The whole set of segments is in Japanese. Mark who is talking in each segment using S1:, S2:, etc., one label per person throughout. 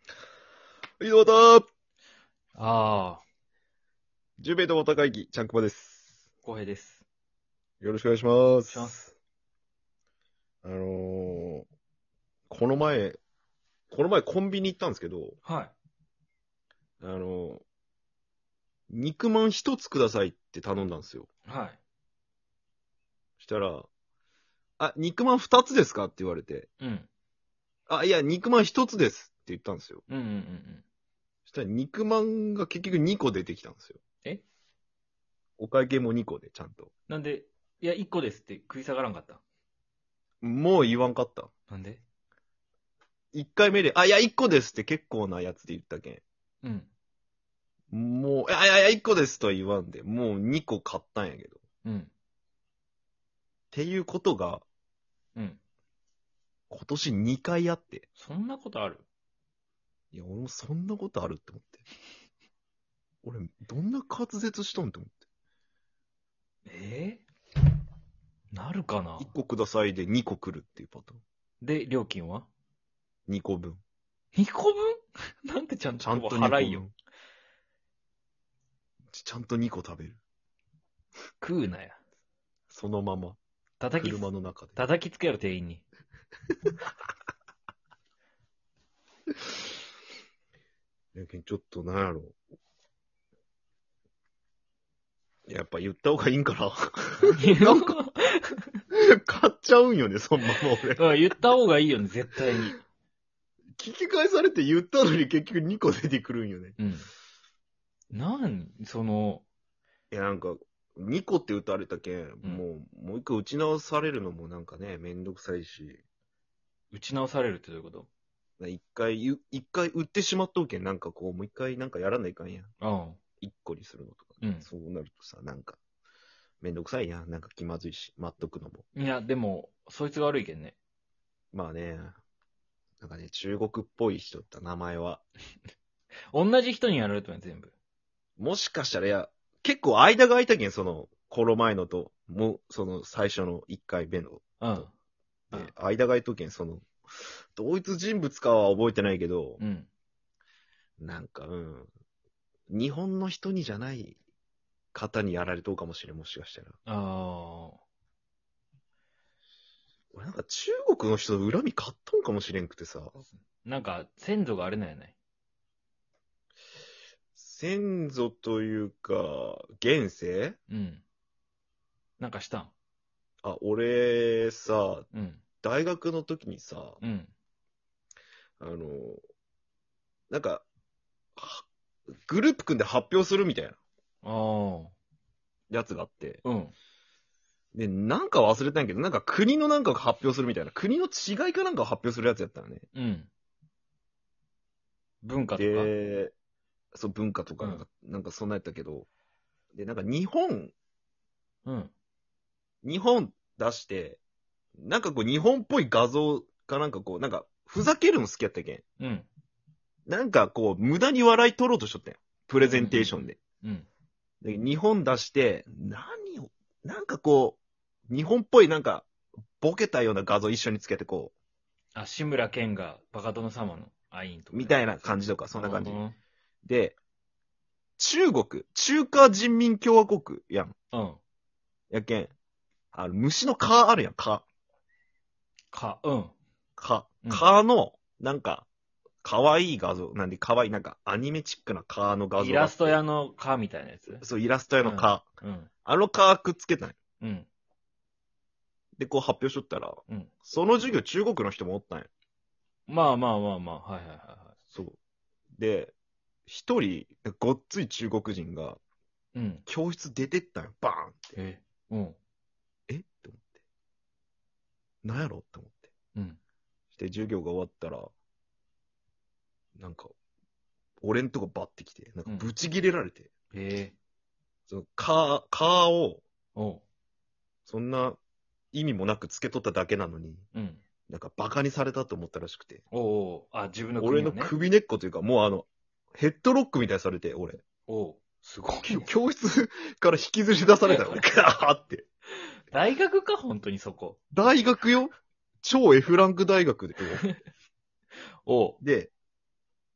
S1: はい、どうもだ
S2: ああ、
S1: 10名とも高い木、ちゃんくまです。
S2: 公平です。
S1: よろしくお願いします。
S2: しま
S1: あのー、この前、この前コンビニ行ったんですけど、
S2: はい。
S1: あのー、肉まん一つくださいって頼んだんですよ。
S2: はい。
S1: したら、あ、肉まん二つですかって言われて、
S2: うん。
S1: あ、いや、肉まん一つですって言ったんですよ。
S2: うんうんうんうん。
S1: したら肉まんが結局2個出てきたんですよ。
S2: え
S1: お会計も2個で、ちゃんと。
S2: なんで、いや、一個ですって食い下がらんかった。
S1: もう言わんかった。
S2: なんで
S1: 一回目で、あ、いや、一個ですって結構なやつで言ったけん。
S2: うん。
S1: もう、いやいやいや、一個ですとは言わんで、もう二個買ったんやけど。っ
S2: うん。
S1: ていうことが、
S2: うん。
S1: 今年二回あって。
S2: そんなことある
S1: いや、俺もそんなことあるって思って。俺、どんな滑舌しとんって思って。
S2: ええなるかな
S1: 一個くださいで二個来るっていうパターン。
S2: で、料金は
S1: 二個分。
S2: 二個分 なんでちゃん
S1: ちゃん
S2: と
S1: と二個分
S2: 払いよ。。
S1: ちちゃんと二個食べる。
S2: 食うなや。
S1: そのまま。
S2: 叩きつ、
S1: 車の中で。
S2: 叩きつけろ店員 に。
S1: やけんちょっとなんやろう。やっぱ言った方がいいんかな。 なんか買っちゃうんよね、そのまま俺。
S2: うん言った方がいいよね、絶対に。
S1: 聞き返されて言ったのに結局2個出てくるんよね。
S2: うん。なん、その、
S1: いや、なんか、2個って打たれたけん、
S2: ん
S1: もう、もう一回打ち直されるのもなんかね、めんどくさいし。
S2: 打ち直されるってどういうこと
S1: 一回言う、一回売ってしまっとうけん、なんかこう、もう一回なんかやらないかんやん。
S2: あ
S1: 一個にするのとか。
S2: うん
S1: そうなるとさ、なんか、めんどくさいやん。なんか気まずいし、待っとくのも。
S2: あ。いや、でも、そいつが悪いけんね。
S1: まあね、なんかね、中国っぽい人だった名前は。
S2: 同じ人にやられたね、全部。
S1: もしかしたら、いや、結構間が空いたけん、その、この前のと、もう、その、最初の1回目の。
S2: うん。
S1: で
S2: うん
S1: 間が空いとけん、その、同一人物かは覚えてないけど、
S2: うん。
S1: なんか、うん。日本の人にじゃない方にやられとうかもしれん、もしかしたら。
S2: ああ。
S1: 俺なんか中国の人の恨み買っとんかもしれんくてさ、
S2: なんか、先祖があれなんやない
S1: 先祖というか、現世
S2: うん。なんかしたん
S1: あ、俺さ、
S2: うん。
S1: 大学の時にさ、
S2: うん。
S1: あの、なんか、はグループ組んで発表するみたいな
S2: あ
S1: やつがあって、
S2: あ。うん。
S1: で、なんか忘れたんやけど、なんか国のなんかを発表するみたいな、国の違いかなんかを発表するやつやったのね。
S2: うん。文化とか。
S1: で、そう、文化とか
S2: うん
S1: なんか、なんかそんなんやったけど、で、なんか日本、
S2: うん。
S1: 日本出して、なんかこう日本っぽい画像かなんかこう、なんかふざけるの好きやったけん。
S2: うん。
S1: なんかこう、無駄に笑い取ろうとしとったんよ。プレゼンテーションで。
S2: うん。
S1: で、日本出して、何を、なんかこう、日本っぽいなんか、ボケたような画像一緒につけてこ
S2: あ、志村けんがバカ殿様のアインと
S1: う、
S2: か。
S1: みたいな感じとか、そんな感じ
S2: う。ん。
S1: で、中国、中華人民共和国やん。
S2: うん。
S1: やけん。あの、虫の蚊あるやん、蚊。
S2: か、うん。
S1: 蚊。
S2: うん
S1: 蚊の、なんか、可愛い画像。なんで、可愛い、なんか、アニメチックな蚊の画像があって。
S2: イラスト屋のかみたいなやつ。
S1: そう、イラスト屋の蚊。
S2: うん。
S1: あの蚊くっつけたんよ
S2: うん。
S1: で、こう発表しとったら、
S2: うん
S1: その授業中国の人もおったんよ
S2: まあまあまあまあ。はいはいはいは
S1: そう。で、一人、ごっつい中国人が、
S2: い。うん。
S1: 教室出てったんよ。バーンって。
S2: え、うん。
S1: えって思って。なんやろって思って。
S2: うん。
S1: して、授業が終わったら、なんか、俺んとこバッてきて、なんか、
S2: うん
S1: ブチ切れられて、
S2: ええ
S1: その、カー、カーを、
S2: おう。
S1: そんな意味もなくつけとっただけなのに、
S2: うん。
S1: なんか、バカにされたと思ったらしくて、
S2: おうおう。あ、自分の
S1: 俺
S2: 国
S1: の
S2: をね
S1: 首根っこというか、もうあの、ヘッドロックみたいにされて、俺。
S2: おう。すごい。
S1: 教室から引きずり出されたの。ガーって。
S2: 大学か、本当にそこ。
S1: 大学よ 超 F ランク大学で。
S2: おう。
S1: で、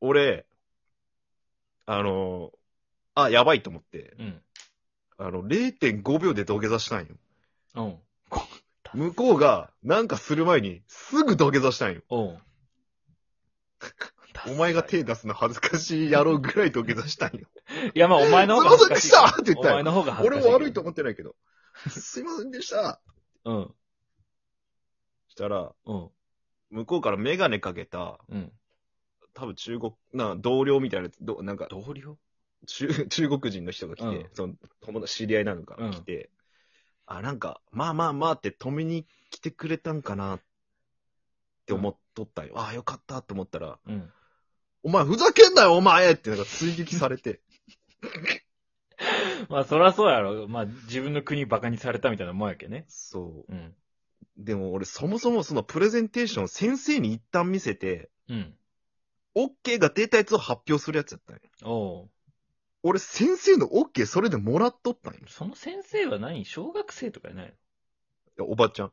S1: 俺、あの、あ、やばいと思って、
S2: うん。
S1: あの、0.5秒で土下座したんよ。
S2: うん。
S1: 向こうが、なんかする前に、すぐ土下座したんよ。
S2: おう。
S1: お前が手出すの恥ずかしい野郎ぐらい土下座した んよ。
S2: いや、まあ、お前の方が恥ずかしい。
S1: すいませんでしたって言ったよ
S2: お前の方が恥ず
S1: 俺
S2: かしい。
S1: も悪いと思ってないけど。すいませんでした。
S2: うん。
S1: したら、
S2: うん。
S1: 向こうからメガネかけた、
S2: うん。
S1: 多分中国、な、同僚みたいなやつ、どなんか、
S2: 同僚
S1: 中、 中国人の人が来て、
S2: うん
S1: その、友達、知り合いなのか
S2: うん
S1: 来て、あ、なんか、まあまあまあって止めに来てくれたんかなって思っとったよ。ああ、よかったって思ったら、
S2: うん。
S1: お前ふざけんなよ、お前ってなんか追撃され て。
S2: まあ、そらそうやろ。まあ、自分の国バカにされたみたいなもんやけね。
S1: そう。
S2: うん。
S1: でも俺そもそもそのプレゼンテーションを先生に一旦見せて、
S2: うん。
S1: OK が出たやつを発表するやつやったんよ。
S2: おう。
S1: 俺先生の OK それでもらっとったんよ。
S2: その先生は何小学生とかじゃな
S1: い
S2: い
S1: やおばちゃん。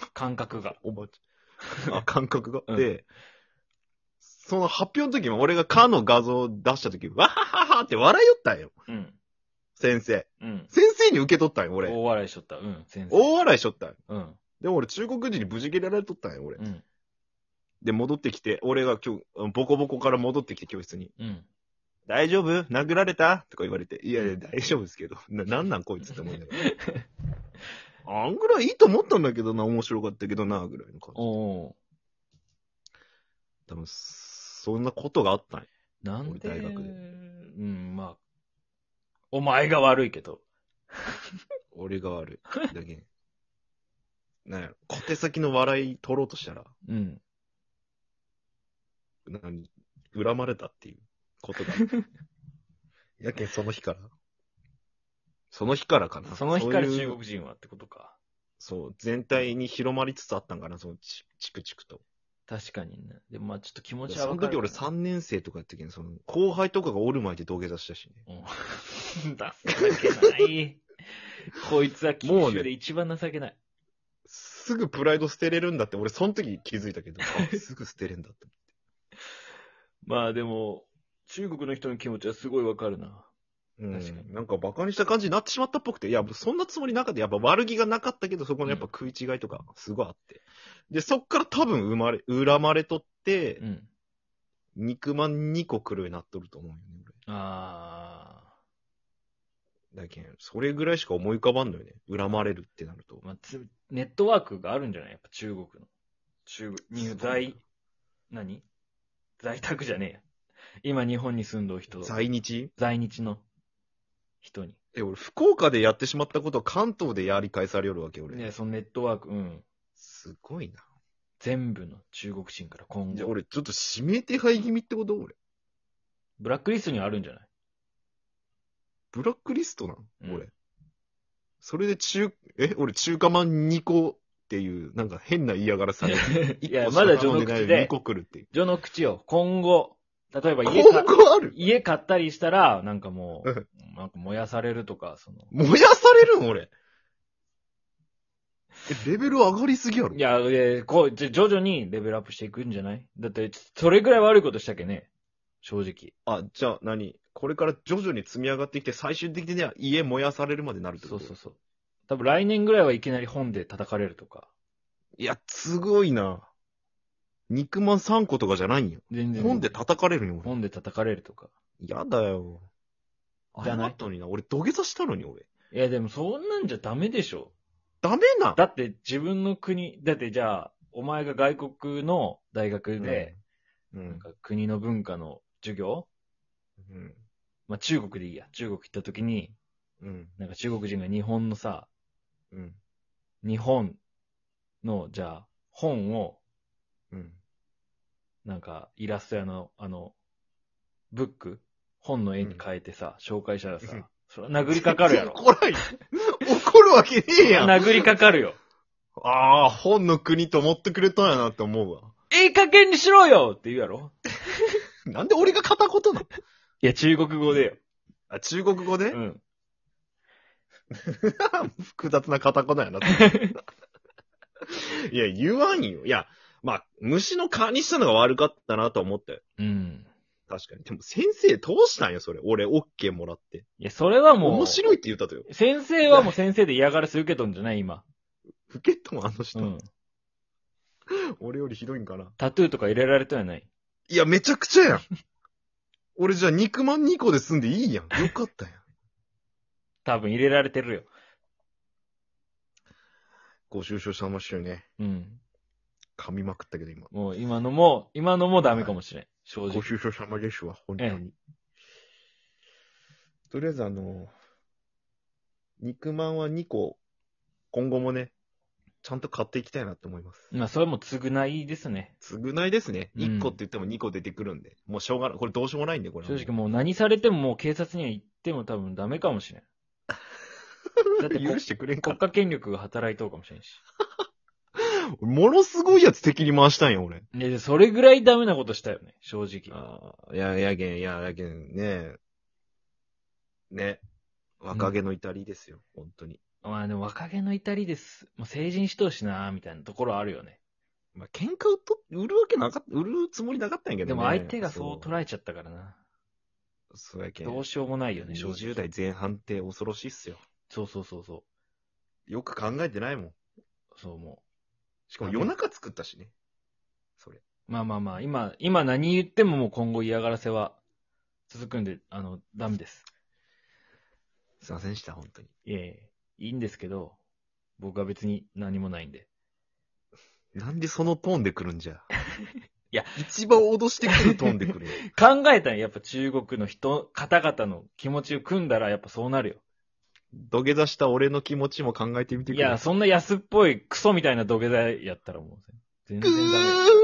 S2: の感覚が。
S1: おばちゃ ん。あ、感覚が。
S2: うん
S1: で、その発表の時も俺がかの画像を出した時、わはははって笑いよったんよ。
S2: うん。
S1: 先生。
S2: うん。
S1: 先生に受け取ったんよ、俺。
S2: 大笑いしとった。うん。先生。
S1: 大笑いしとったんよ。
S2: うん。
S1: でも俺中国人に無事切れられとったんよ、俺
S2: う。ん。
S1: で、戻ってきて、俺が今日、うんボコボコから戻ってきて教室に。
S2: うん。
S1: 大丈夫殴られたとか言われて、いやいや、大丈夫ですけど、な、なんなんこいつって思いなが ら。あんぐらいいいと思ったんだけどな、面白かったけどな、ぐらいの感じ。
S2: おう。
S1: 多分、そんなことがあったんや。
S2: なんで
S1: 俺大学で
S2: うん、まあ。お前が悪いけど。
S1: 俺が悪い。だけん。なんやろ、小手先の笑い取ろうとしたら、
S2: うん。
S1: 何、恨まれたっていうこと が。やけん、その日から。その日からかな。
S2: その日から
S1: そういう
S2: 中国人はってことか。
S1: そう、全体に広まりつつあったんかな、そのち、チクチクと。
S2: 確かにね。でもまあちょっと気持ちは
S1: そ
S2: わ
S1: の
S2: かる。
S1: 時俺3年生とかやったけど、その後輩とかがおる前で土下座したしね。
S2: うん。 情けない。こいつは九州で一番情けない。
S1: すぐプライド捨てれるんだって、俺その時気づいた けど、あすぐ捨てれんだって。
S2: まあでも、中国の人の気持ちはすごいわかるな。
S1: うん、
S2: 確かに
S1: なんか馬鹿にした感じになってしまったっぽくて、いや、そんなつもりなかった。やっぱ悪気がなかったけど、そこのやっぱ食い違いとか、すごいあって。で、そっから多分生まれ、恨まれとって
S2: う、ん。
S1: 肉まん2個来るようになっとると思うよね、
S2: あ
S1: 俺。だけん、それぐらいしか思い浮かばんのよね。恨まれるってなると
S2: ー。。まあつ、ネットワークがあるんじゃないやっぱ中国の。中国、
S1: そ
S2: 入
S1: う
S2: 在、何在宅じゃねえや。今日本に住んどる人、
S1: 在日
S2: 在日の人に。
S1: え、俺、福岡でやってしまったことを関東でやり返されよるわけ、俺。
S2: いや、そのネットワーク、うん。
S1: すごいな。
S2: 全部の中国人から今
S1: じゃあ
S2: 後。
S1: 俺、ちょっと指名手配気味ってこと俺。
S2: ブラックリストにはあるんじゃない
S1: ブラックリストな
S2: うん。
S1: の俺。それで中、え、俺、中華まん2個っていう、なんか変な嫌がらせされて
S2: いや
S1: 一個しか
S2: まだ序
S1: 頼
S2: の
S1: んでない
S2: 口
S1: のに
S2: で
S1: 2個来るっていう。
S2: 序の口を、今後、例えば家
S1: 今
S2: か
S1: 後ある
S2: 家買ったりしたら、なんかも
S1: う、
S2: うんなんか燃やされるとか、その、
S1: 燃やされるん俺。え、レベル上がりすぎやろ
S2: いや、えーこう、じゃ徐々にレベルアップしていくんじゃないだって、それぐらい悪いことしたっけね正直。
S1: あ、じゃあ何これから徐々に積み上がってきて、最終的には家燃やされるまでなるってこ
S2: そう
S1: と
S2: そうそう。多分来年ぐらいはいきなり本で叩かれるとか。
S1: いや、すごいな。肉まん3個とかじゃないんよ。
S2: 全然。
S1: 本で叩かれるんよ、俺。
S2: 本で叩かれるとか。
S1: やだよ。
S2: じ
S1: 謝
S2: ゃない
S1: ったのにな。俺土下座したのに、俺。
S2: いや、でもそんなんじゃダメでしょ。
S1: ダメな。
S2: だって自分の国、だってじゃあ、お前が外国の大学で、
S1: うん、う
S2: なん
S1: ん。
S2: か国の文化の授業
S1: うん。
S2: まあ、中国でいいや。中国行った時に、
S1: うん。
S2: なんか中国人が日本のさ、
S1: うん。
S2: 日本の、じゃあ、本を、
S1: うん。
S2: なんか、イラスト屋の、あの、ブック本の絵に変えてさ、紹介したらさ
S1: うん、
S2: それは殴りかかるやろ。
S1: 怒らんよ怒るわけねえやん。あ
S2: 殴りかかるよ。
S1: あー、本の国と思ってくれたんやなって思うわ。
S2: ええ加減にしろよって言うやろ。
S1: なんで俺が片言なの
S2: いや、中国語でよ。
S1: あ、中国語で、
S2: うん。
S1: 複雑な片言やなって。 いや、言わんよ。いや、まあ、虫の蚊にしたのが悪かったなとは思ったよ。
S2: うん。
S1: 確かに。でも先生通したんよ、それ。俺、オッケーもらって。
S2: いや、それはもう、
S1: 面白いって言ったとよ。
S2: 先生はもう先生で嫌がらせ受けとんじゃない今。
S1: ウケたもんあの人、
S2: うん。
S1: 俺よりひどいんかな。
S2: タトゥーとか入れられてはない。
S1: いや、めちゃくちゃやん。 俺じゃあ肉まん2個で済んでいいやん。よかったやん。
S2: 多分入れられてるよ。
S1: ご愁傷さましよね。
S2: うん。
S1: 噛みまくったけど今。
S2: もう今のも、今のもダメかもしれん。正
S1: ご
S2: 直。
S1: 愁傷様ですわ、本当に。とりあえずあの、肉まんは2個、今後もね、ちゃんと買っていきたいなって思います。
S2: まあ、それはもう償いですね。
S1: 償いですね。
S2: うん
S1: 1個って言っても2個出てくるんで。もうしょうがない。これどうしようもないんで、これ。
S2: 正直もう何されてももう警察には行っても多分ダメかも しれん。だってこ
S1: 許してくれん
S2: 国
S1: か。
S2: 家権力が働いとうかもしれんし。
S1: ものすごいやつ敵に回したんよ、俺。
S2: いや、それぐらいダメなことしたよね、正直。
S1: ああ、いや、やけん、いや、やけん、ねね。若気の至りですよ、本当に。
S2: まあでも若気の至りです。もう成人しとうしな、みたいなところあるよね。
S1: まあ、喧嘩をと、売るわけなかっ売るつもりなかったんやけどね。
S2: でも相手がそう
S1: え
S2: 捉えちゃったからな。
S1: そうやけん。
S2: どうしようもないよね、正
S1: 20
S2: 直。
S1: 代前半って恐ろしいっすよ。
S2: そうそうそうそ
S1: よく考えてないもん。
S2: う。そう思う。
S1: しかも夜中作ったしね。それ。
S2: まあまあまあ、今、今何言ってももう今後嫌がらせは続くんで、あの、ダメです。
S1: すいませんでした、本当に。
S2: いえいえ、いいんですけど、僕は別に何もないんで。
S1: なんでそのトーンで来るんじゃ。
S2: いや。
S1: 一番脅してくるトーンで来るよ。
S2: 考えたらやっぱ中国の人、方々の気持ちを組んだらやっぱそうなるよ。
S1: 土下座した俺の気持ちも考えてみてく
S2: い
S1: れ。
S2: や、そんな安っぽいクソみたいな土下座やったらもう、全
S1: く
S2: 然ダメよ。
S1: ー